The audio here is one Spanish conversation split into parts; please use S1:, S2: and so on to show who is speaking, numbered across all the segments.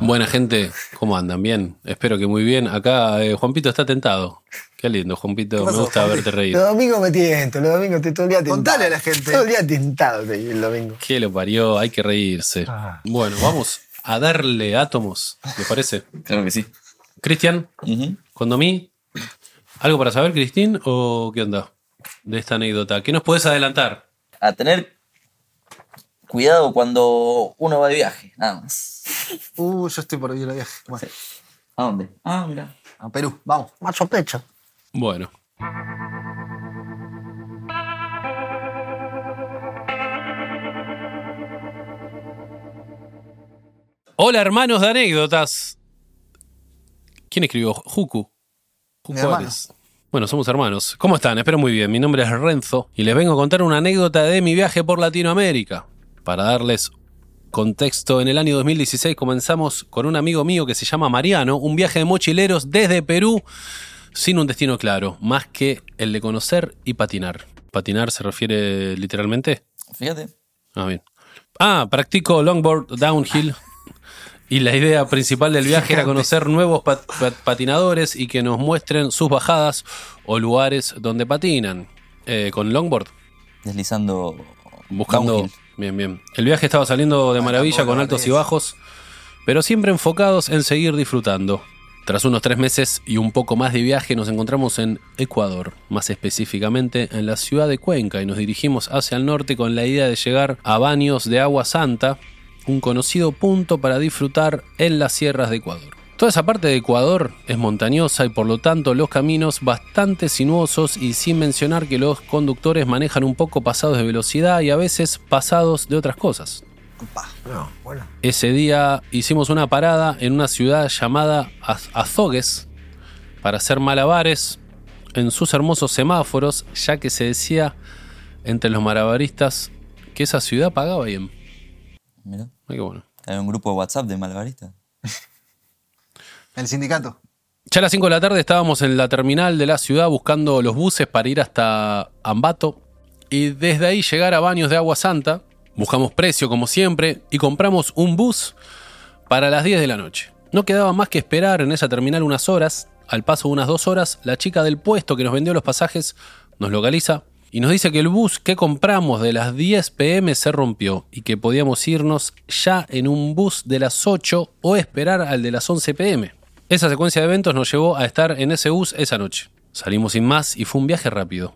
S1: Buena gente, ¿cómo andan? Bien, espero que muy bien. Acá eh, Juanpito está tentado. Qué lindo, Juanpito, me
S2: pasó,
S1: gusta
S2: Juanpi?
S1: verte reír.
S2: Los domingos me tiento, los domingos estoy todo el día tentado.
S3: Contale a la gente.
S2: Todo el día tentado estoy el domingo.
S1: ¿Qué lo parió? Hay que reírse.
S2: Ah.
S1: Bueno, vamos a darle átomos, ¿le parece?
S4: Claro que sí.
S1: Cristian,
S4: Ujú.
S1: Condomí, ¿algo para saber, Cristín? ¿O qué onda de esta anécdota? ¿Qué nos puedes adelantar?
S4: A tener cuidado cuando uno va de viaje, nada más.
S3: Uh, yo estoy por ir a viaje. Bueno,
S4: ¿A dónde? Ah, mira.
S3: a Perú, vamos.
S2: Más sospecho.
S1: Bueno, Hola, hermanos de anécdotas. ¿Quién escribió? Juku.
S3: Mi
S1: Juku
S3: hermano.
S1: Ares. Bueno, somos hermanos. ¿Cómo están? Espero muy bien. Mi nombre es Renzo y les vengo a contar una anécdota de mi viaje por Latinoamérica. Para darles contexto, en el año 2016 comenzamos con un amigo mío que se llama Mariano, un viaje de mochileros desde Perú sin un destino claro, más que el de conocer y patinar. ¿Patinar se refiere literalmente?
S4: Fíjate.
S1: Ah, bien. Ah, practico longboard downhill. Y la idea principal del viaje era conocer nuevos pat- pat- patinadores y que nos muestren sus bajadas o lugares donde patinan. Eh, con longboard,
S4: Deslizando.
S1: buscando.
S4: downhill.
S1: Bien, bien. El viaje estaba saliendo de maravilla
S3: tampoco
S1: con
S3: lo
S1: altos y
S3: parece.
S1: bajos, pero siempre enfocados en seguir disfrutando. Tras unos tres meses y un poco más de viaje, nos encontramos en Ecuador, más específicamente en la ciudad de Cuenca, y nos dirigimos hacia el norte con la idea de llegar a Baños de Agua Santa, un conocido punto para disfrutar en las sierras de Ecuador. Toda esa parte de Ecuador es montañosa y por lo tanto los caminos bastante sinuosos y sin mencionar que los conductores manejan un poco pasados de velocidad y a veces pasados de otras cosas.
S3: Pa.
S2: No, bueno.
S1: Ese día hicimos una parada en una ciudad llamada Az- Azogues para hacer malabares en sus hermosos semáforos, ya que se decía entre los malabaristas que esa ciudad pagaba bien.
S4: Mira.
S1: Ay, qué bueno.
S4: Hay un grupo de WhatsApp de malabaristas.
S3: El sindicato.
S1: Ya a las 5 de la tarde estábamos en la terminal de la ciudad buscando los buses para ir hasta Ambato y desde ahí llegar a Baños de Agua Santa. Buscamos precio como siempre y compramos un bus para las 10 de la noche. No quedaba más que esperar en esa terminal unas horas. Al paso de unas dos horas, la chica del puesto que nos vendió los pasajes nos localiza y nos dice que el bus que compramos de las 10 pm se rompió y que podíamos irnos ya en un bus de las 8 o esperar al de las 11 pm. Esa secuencia de eventos nos llevó a estar en ese bus esa noche. Salimos sin más y fue un viaje rápido.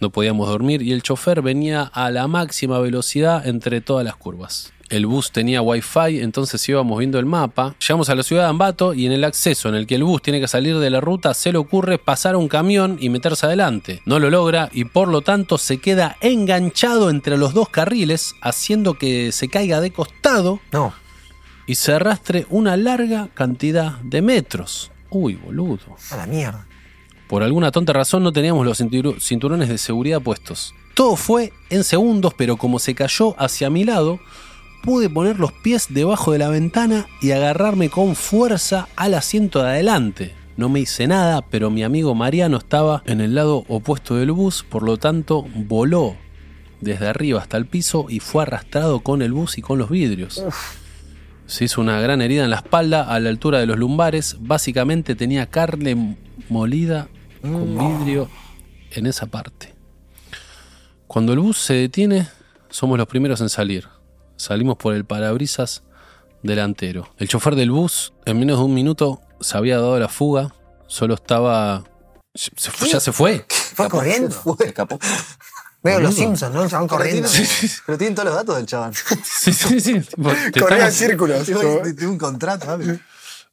S1: No podíamos dormir y el chofer venía a la máxima velocidad entre todas las curvas. El bus tenía wifi, entonces íbamos viendo el mapa. Llegamos a la ciudad de Ambato y en el acceso en el que el bus tiene que salir de la ruta se le ocurre pasar a un camión y meterse adelante. No lo logra y por lo tanto se queda enganchado entre los dos carriles, haciendo que se caiga de costado
S2: No.
S1: y se arrastre una larga cantidad de metros. Uy, boludo.
S2: A la mierda.
S1: Por alguna tonta razón no teníamos los cinturu- cinturones de seguridad puestos. Todo fue en segundos, pero como se cayó hacia mi lado, pude poner los pies debajo de la ventana y agarrarme con fuerza al asiento de adelante. No me hice nada, pero mi amigo Mariano estaba en el lado opuesto del bus, por lo tanto voló desde arriba hasta el piso y fue arrastrado con el bus y con los vidrios. Se hizo una gran herida en la espalda a la altura de los lumbares. Básicamente tenía carne m- molida con vidrio en esa parte. Cuando el bus se detiene, somos los primeros en salir. Salimos por el parabrisas delantero. El chofer del bus, en menos de un minuto, se había dado la fuga. Solo estaba. se- se fue- ¿Ya se fue?
S2: Fue corriendo.
S4: Se escapó.
S2: Veo los Simpsons, ¿no? Se van
S3: Pero
S2: corriendo.
S3: tiene- Pero tienen todos los datos del chaval.
S1: Sí, sí, sí. Tipo, te
S2: Corría en
S1: estamos-
S2: círculos.
S3: Tiene un contrato, ¿vale?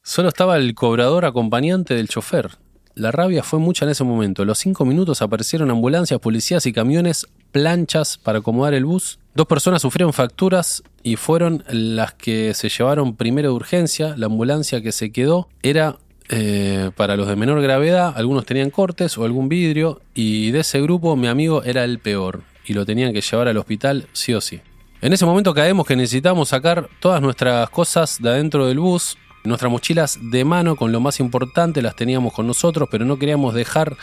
S1: Solo estaba el cobrador acompañante del chofer. La rabia fue mucha en ese momento. A los cinco minutos aparecieron ambulancias, policías y camiones, planchas para acomodar el bus. Dos personas sufrieron facturas y fueron las que se llevaron primero de urgencia. La ambulancia que se quedó era eh, para los de menor gravedad, algunos tenían cortes o algún vidrio y de ese grupo mi amigo era el peor y lo tenían que llevar al hospital sí o sí. En ese momento caemos que necesitamos sacar todas nuestras cosas de adentro del bus. Nuestras mochilas de mano con lo más importante las teníamos con nosotros, pero no queríamos dejar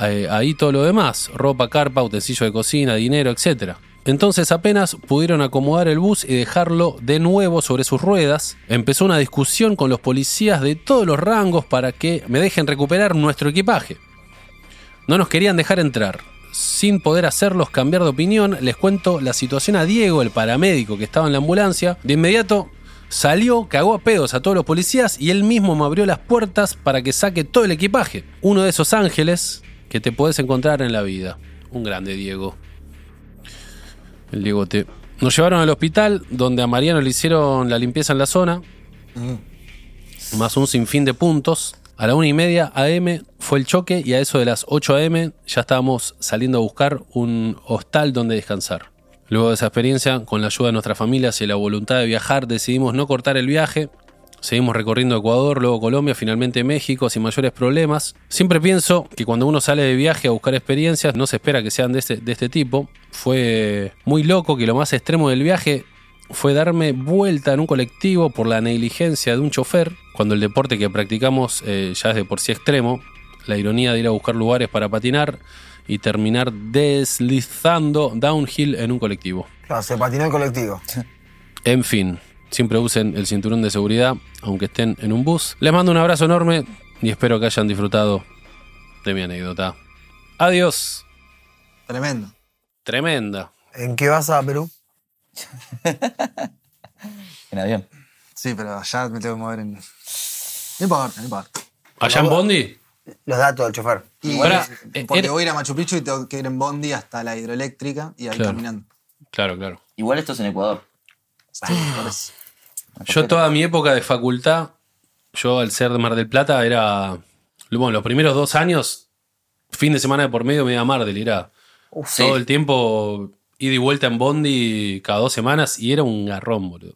S1: eh, ahí todo lo demás, ropa, carpa, utensilio de cocina, dinero, etc. Entonces apenas pudieron acomodar el bus y dejarlo de nuevo sobre sus ruedas, empezó una discusión con los policías de todos los rangos para que me dejen recuperar nuestro equipaje. No nos querían dejar entrar. Sin poder hacerlos cambiar de opinión, les cuento la situación a Diego, el paramédico que estaba en la ambulancia. De inmediato salió, cagó a pedos a todos los policías y él mismo me abrió las puertas para que saque todo el equipaje. Uno de esos ángeles que te podés encontrar en la vida. Un grande Diego. El Diego te. Nos llevaron al hospital donde a Mariano le hicieron la limpieza en la zona. Más un sinfín de puntos. A la una y media AM fue el choque y a eso de las 8 AM ya estábamos saliendo a buscar un hostal donde descansar. Luego de esa experiencia, con la ayuda de nuestras familias y la voluntad de viajar, decidimos no cortar el viaje. Seguimos recorriendo Ecuador, luego Colombia, finalmente México, sin mayores problemas. Siempre pienso que cuando uno sale de viaje a buscar experiencias, no se espera que sean de este, de este tipo. Fue muy loco que lo más extremo del viaje fue darme vuelta en un colectivo por la negligencia de un chofer, cuando el deporte que practicamos eh, ya es de por sí extremo, la ironía de ir a buscar lugares para patinar y terminar deslizando downhill en un colectivo.
S2: Claro, se patinó el colectivo.
S1: En fin, siempre usen el cinturón de seguridad, aunque estén en un bus. Les mando un abrazo enorme y espero que hayan disfrutado de mi anécdota. Adiós.
S3: Tremendo.
S1: Tremenda.
S2: ¿En qué vas a Perú?
S4: En avión.
S3: Sí, pero allá me tengo que mover en. No importa, no importa.
S1: ¿Allá en Bondi?
S2: Los datos del chofer.
S3: Y
S1: Ahora,
S3: eh, porque
S1: eh,
S3: voy a ir a Machu Picchu y tengo que ir en Bondi hasta la hidroeléctrica y ahí
S1: Claro.
S3: caminando.
S1: Claro, claro.
S4: Igual esto es en Ecuador.
S3: Por eso.
S1: Yo toda mi época de facultad, yo al ser de Mar del Plata era, bueno, los primeros dos años, fin de semana de por medio me iba a Mar del era
S4: Sí.
S1: todo el tiempo ida y vuelta en Bondi cada dos semanas y era un garrón, boludo.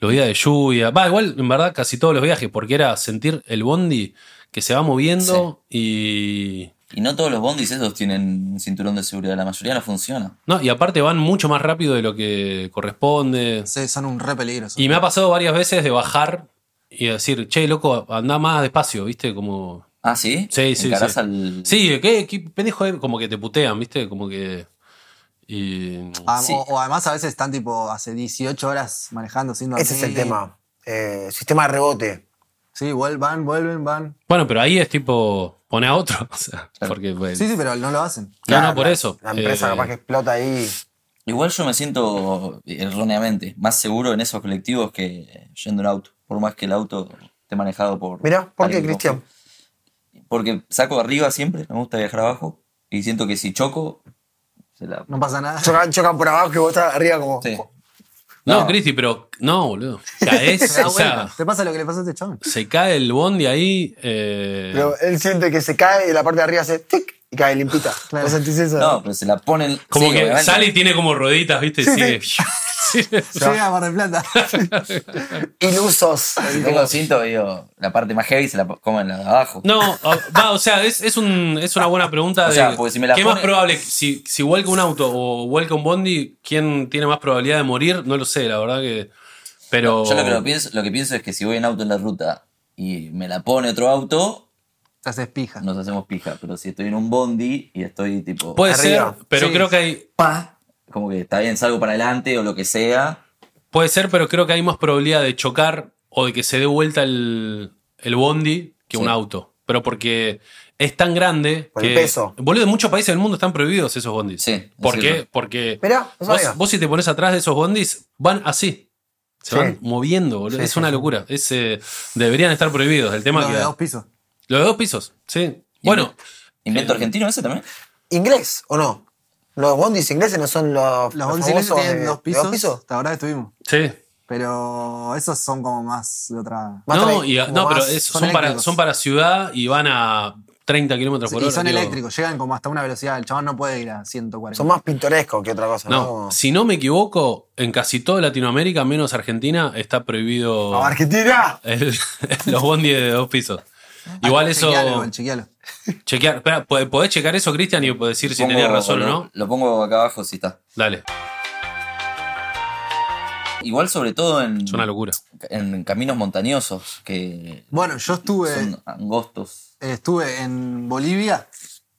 S1: Los días de lluvia, va, igual en verdad casi todos los viajes, porque era sentir el Bondi que se va moviendo y...
S4: Y no todos los bondis esos tienen un cinturón de seguridad. La mayoría no funciona.
S1: No, y aparte van mucho más rápido de lo que corresponde.
S3: Sí, son un re peligroso.
S1: Y me ha pasado varias veces de bajar y decir, che, loco, anda más despacio, ¿viste? Como.
S4: Ah, ¿sí?
S1: Sí, sí,
S4: Encarás
S1: sí.
S4: al...
S1: Sí, ¿qué, qué pendejo es? Como que te putean, ¿viste? Como que. Y.
S3: Ah,
S4: Sí.
S3: o, o además a veces están tipo hace 18 horas manejando sin dormir.
S2: Ese es el tema. Eh, sistema de rebote.
S3: Sí, vuel- van, vuelven, van.
S1: Bueno, pero ahí es tipo. Pone a otro. o sea, porque. pues,
S3: Sí, sí, pero no lo hacen.
S1: no,
S2: Claro,
S1: no, por
S2: la-
S1: eso.
S2: La empresa
S1: Eh,
S2: capaz que explota ahí.
S4: Igual yo me siento erróneamente más seguro en esos colectivos que yendo en auto. Por más que el auto esté manejado por.
S2: Mirá, ¿por qué,
S4: alguien con-
S2: Cristian?
S4: Porque saco arriba siempre, no me gusta viajar abajo. Y siento que si choco, se la.
S3: No pasa nada.
S2: Chocan, chocan por abajo y vos estás arriba como.
S4: Sí.
S1: No,
S4: No.
S1: Cristi, pero. No, boludo. Caes,
S3: Se
S2: Ah,
S3: da
S1: o sea,
S3: vuelta. Te pasa lo que le pasa a este chabón.
S1: se cae el bondi ahí. eh,
S2: Pero él siente que se cae y la parte de arriba hace tic y cae limpita. ¿No sentís eso?
S4: No, pero se la ponen.
S1: como
S4: sí,
S1: que
S4: obviamente.
S1: sale y tiene como rueditas, ¿viste? Y sigue.
S3: Llega a Mar del Plata.
S2: Ilusos.
S4: Si tengo cinto, digo, la parte más heavy se la comen la de abajo.
S1: No, o- va, o sea, es, es, un, es una buena pregunta.
S4: O
S1: de,
S4: sea, porque si me la
S1: ¿Qué
S4: pone-
S1: más probable? Si, si vuelca un auto o vuelca un bondi, ¿quién tiene más probabilidad de morir? No lo sé, la verdad que. Pero.
S4: Yo lo que, lo pienso, lo que pienso es que si voy en auto en la ruta y me la pone otro auto,
S3: Te haces pija.
S4: nos hacemos pija. Pero si estoy en un bondi y estoy tipo.
S1: puede
S2: Arriba.
S1: ser, pero
S3: Sí.
S1: creo que hay.
S4: pa, como que está bien, salgo para adelante o lo que sea.
S1: Puede ser, pero creo que hay más probabilidad de chocar o de que se dé vuelta el, el bondi que un
S4: Sí.
S1: auto. Pero porque es tan grande.
S2: Por
S1: que,
S2: el peso.
S1: Boludo, en muchos países del mundo están prohibidos esos bondis.
S4: Sí, es
S1: ¿Por qué?
S4: cierto.
S1: Porque.
S2: Mirá, no
S1: vos,
S2: sabía.
S1: vos si te pones atrás de esos bondis, van así. Se
S2: Sí.
S1: van moviendo, boludo. es una locura. Es, eh, deberían estar prohibidos. El tema
S3: Lo
S1: que.
S3: de dos pisos.
S1: Los de dos pisos, sí. Bueno,
S4: ¿Invento argentino ese también?
S2: ¿Inglés o no? Los bondis ingleses no son los.
S3: Los
S2: los
S3: bondis ingleses
S2: famosos
S3: tienen
S2: de-
S3: dos
S2: de
S3: pisos. Hasta ahora estuvimos.
S1: sí.
S3: Pero esos son como más de otra.
S2: Más
S1: no,
S2: tranqui,
S1: y-
S2: como
S1: no, pero
S2: más-
S1: es-
S3: son
S1: son, para,
S3: eléctricos.
S1: son para ciudad y van a 30 kilómetros por
S3: Y
S1: hora.
S3: son
S1: digo,
S3: eléctricos, llegan como hasta una velocidad. El chabón no puede ir a 140.
S2: Son más pintorescos que otra cosa, ¿no?
S1: No, si no me equivoco, en casi toda Latinoamérica, menos Argentina, está prohibido
S2: ¡Vamos, Argentina!
S1: el- los bondis de dos pisos. Igual eso.
S3: Chequealo, igual, chequealo.
S1: Chequear, espera, ¿pod- ¿podés checar eso, Cristian, y decir si
S4: Pongo-
S1: tenía razón o
S4: lo-
S1: no?
S4: Lo pongo acá abajo si está.
S1: Dale,
S4: Igual sobre todo en,
S1: es una locura.
S4: en caminos montañosos que
S3: Bueno, yo estuve,
S4: son angostos.
S3: eh, estuve en Bolivia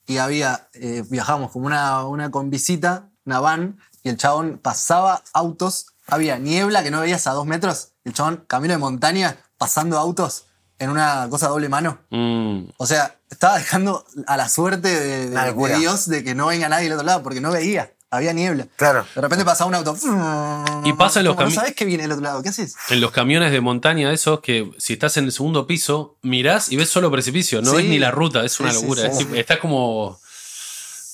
S3: y había, eh, viajamos como una, una convisita, una van, y el chabón pasaba autos, había niebla que no veías a dos metros, el chabón camino de montaña pasando autos en una cosa doble mano.
S1: Mm,
S3: O sea, estaba dejando a la suerte de, de-
S2: Una locura.
S3: de Dios de que no venga nadie del otro lado, porque no veía, había niebla.
S2: Claro.
S3: De repente pasaba un auto.
S1: Y pasan los
S3: Como No
S1: cami-
S3: sabes que viene del otro lado, ¿qué haces?
S1: en los camiones de montaña, esos que si estás en el segundo piso, mirás y ves solo precipicio, no
S3: Sí.
S1: ves ni la ruta, es una
S3: Sí, sí,
S1: locura.
S3: sí,
S1: es
S3: sí.
S1: tipo- Estás como.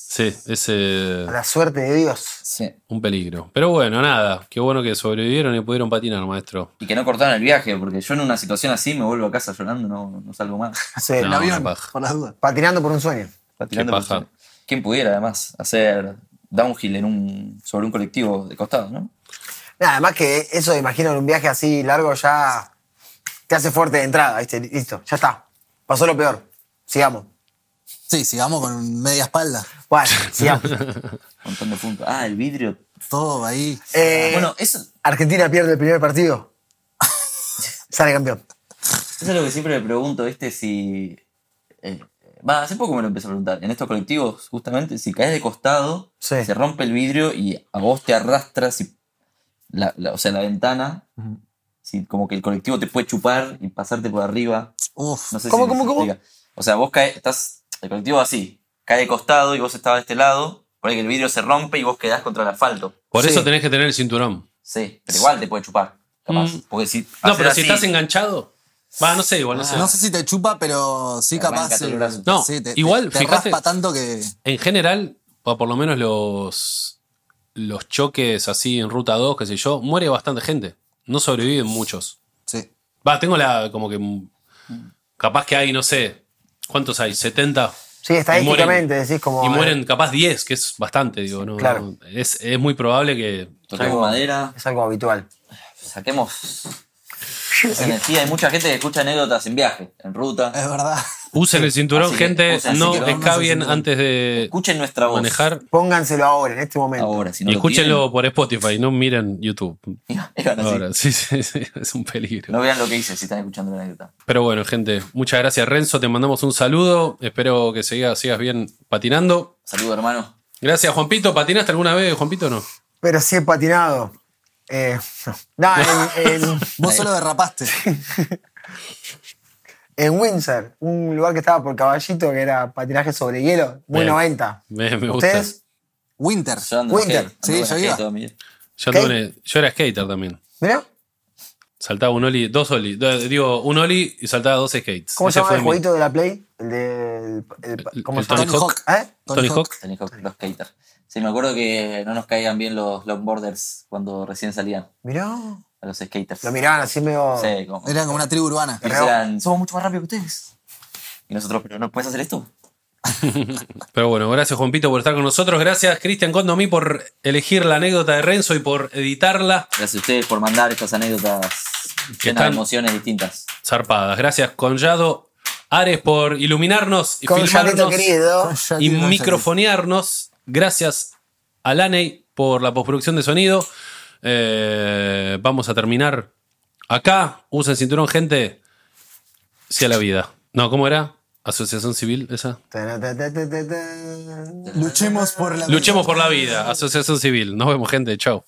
S1: Sí, es eh,
S2: A La suerte de Dios.
S4: Sí.
S1: un peligro. Pero bueno, nada, qué bueno que sobrevivieron y pudieron patinar, maestro.
S4: Y que no cortaron el viaje, porque yo en una situación así me vuelvo a casa llorando, no, no salgo más.
S2: Sí.
S1: No,
S3: el avión,
S1: una paja.
S3: por las dudas.
S2: Patinando por un sueño.
S4: Patinando
S1: Qué
S4: por
S1: paja.
S4: suelo. ¿Quién pudiera además hacer downhill en un, sobre un colectivo de costado, no?
S2: Nada, además que eso, imagino, en un viaje así largo ya te hace fuerte de entrada, ¿viste? Listo, ya está. Pasó lo peor. Sigamos.
S3: Sí, sigamos con media espalda.
S2: Bueno, sigamos.
S4: Un montón de puntos. Ah, el vidrio.
S3: Todo ahí.
S2: Eh,
S4: bueno, eso, eso
S2: Argentina pierde el primer partido. Sale campeón.
S4: es lo que siempre me pregunto, este, si... eh, Va, hace poco me lo empecé a preguntar. En estos colectivos, justamente, si caes de costado,
S2: Sí.
S4: se rompe el vidrio y a vos te arrastras, y la- la- o sea, la ventana, si, como que el colectivo te puede chupar y pasarte por arriba.
S3: Uf.
S4: No sé
S2: ¿Cómo,
S4: si
S2: cómo,
S4: se
S2: cómo?
S4: explica. O sea, vos caes, estás, el colectivo va así, cae de costado y vos estabas de este lado, por ahí que el vidrio se rompe y vos quedás contra el asfalto.
S1: Por
S2: Sí.
S1: eso tenés que tener el cinturón.
S4: Sí, pero igual te puede chupar, capaz.
S1: Mm.
S4: Porque si
S1: No,
S4: hacer
S1: pero si
S4: así-
S1: estás enganchado. Va, no sé, igual no sé.
S3: Ah. No sé si te chupa, pero sí
S4: Te
S3: capaz.
S4: arranca todo el
S3: eh,
S4: brazo.
S1: No,
S3: sí, te,
S1: igual,
S3: te, te
S1: fíjate-
S3: raspa tanto que.
S1: En general, o por lo menos los, los choques así en ruta 2, qué sé yo, muere bastante gente. No sobreviven muchos.
S3: Sí.
S1: Va, tengo la. como que. mm, Capaz que hay, no sé. ¿Cuántos hay? ¿70?
S2: Sí,
S1: Y
S2: estadísticamente
S1: mueren-
S2: decís como. eh,
S1: Y mueren capaz 10, que es bastante, digo, ¿no?
S2: claro.
S1: no, es, es muy probable que.
S4: Toquemos madera,
S2: Es algo habitual.
S4: saquemos esa energía. Hay mucha gente que escucha anécdotas en viaje, en ruta.
S3: Es verdad.
S1: Usen el cinturón,
S4: Así que,
S1: gente.
S4: usen el
S1: no
S4: cinturón,
S1: descabien
S3: usen el
S1: antes de
S4: Escuchen nuestra voz.
S1: manejar.
S2: Pónganselo ahora, en este momento.
S4: Ahora, si no
S1: Y
S4: lo
S1: escúchenlo por Spotify, no miren YouTube.
S4: tienen, hagan así.
S1: Ahora, sí, sí, sí, es un peligro.
S4: No vean lo que hice si están escuchando la anécdota.
S1: Pero bueno, gente, muchas gracias, Renzo. Te mandamos un saludo. Espero que sigas, sigas bien patinando.
S4: Saludos, hermano.
S1: Gracias, Juanpito. ¿Patinaste alguna vez, Juanpito? No.
S2: Pero sí he patinado. Eh, no. Nada, en, en-
S3: Vos solo derrapaste.
S2: en Windsor, un lugar que estaba por caballito que era patinaje sobre hielo, muy
S1: Bien.
S2: 90.
S1: Me, me gusta.
S2: Ustedes,
S3: Winter.
S4: Yo ando en
S2: Winter.
S4: skate, ando
S3: Sí,
S4: en
S3: yo
S4: skate
S3: iba.
S4: toda mi vida.
S1: Yo, anduve
S2: ¿Qué?
S1: en el- yo era skater también.
S2: mirá,
S1: Saltaba un ollie, dos ollie. do- Digo, un ollie y saltaba dos skates.
S2: ¿cómo
S1: Ese
S2: se llama
S1: fue
S2: el
S1: mi-
S2: jueguito de la Play? El del. el-
S1: el-
S2: ¿Cómo
S1: el
S2: se llama?
S1: Tony Hawk.
S2: ¿Eh?
S1: Tony Hawk.
S4: Tenés co- los skaters. Sí, me acuerdo que no nos caían bien los longboarders cuando recién salían,
S2: Mirá.
S4: a los skaters.
S2: Lo miraban así medio.
S4: Sí, como-
S3: Era como una tribu urbana.
S4: y decían, somos mucho más rápidos que ustedes. Y nosotros, pero ¿no puedes hacer esto?
S1: Pero bueno, gracias, Juanpito, por estar con nosotros. Gracias, Cristian Condomí, por elegir la anécdota de Renzo y por editarla.
S4: Gracias a ustedes por mandar estas anécdotas
S1: Que
S4: llenas de
S1: están-
S4: emociones distintas.
S1: Zarpadas. Gracias, Conllado Ares, por iluminarnos y
S2: Con Janito
S1: filmarnos.
S2: querido.
S3: Ya
S1: y
S3: tiene un
S1: microfonearnos. Gracias a Laney por la postproducción de sonido. Eh, vamos a terminar acá. Usa el cinturón, gente. Sí a la vida. No, ¿cómo era? Asociación Civil, esa.
S3: servicio. Luchemos por la.
S1: Luchemos por la vida. Asociación Civil. Nos vemos, gente. Chau.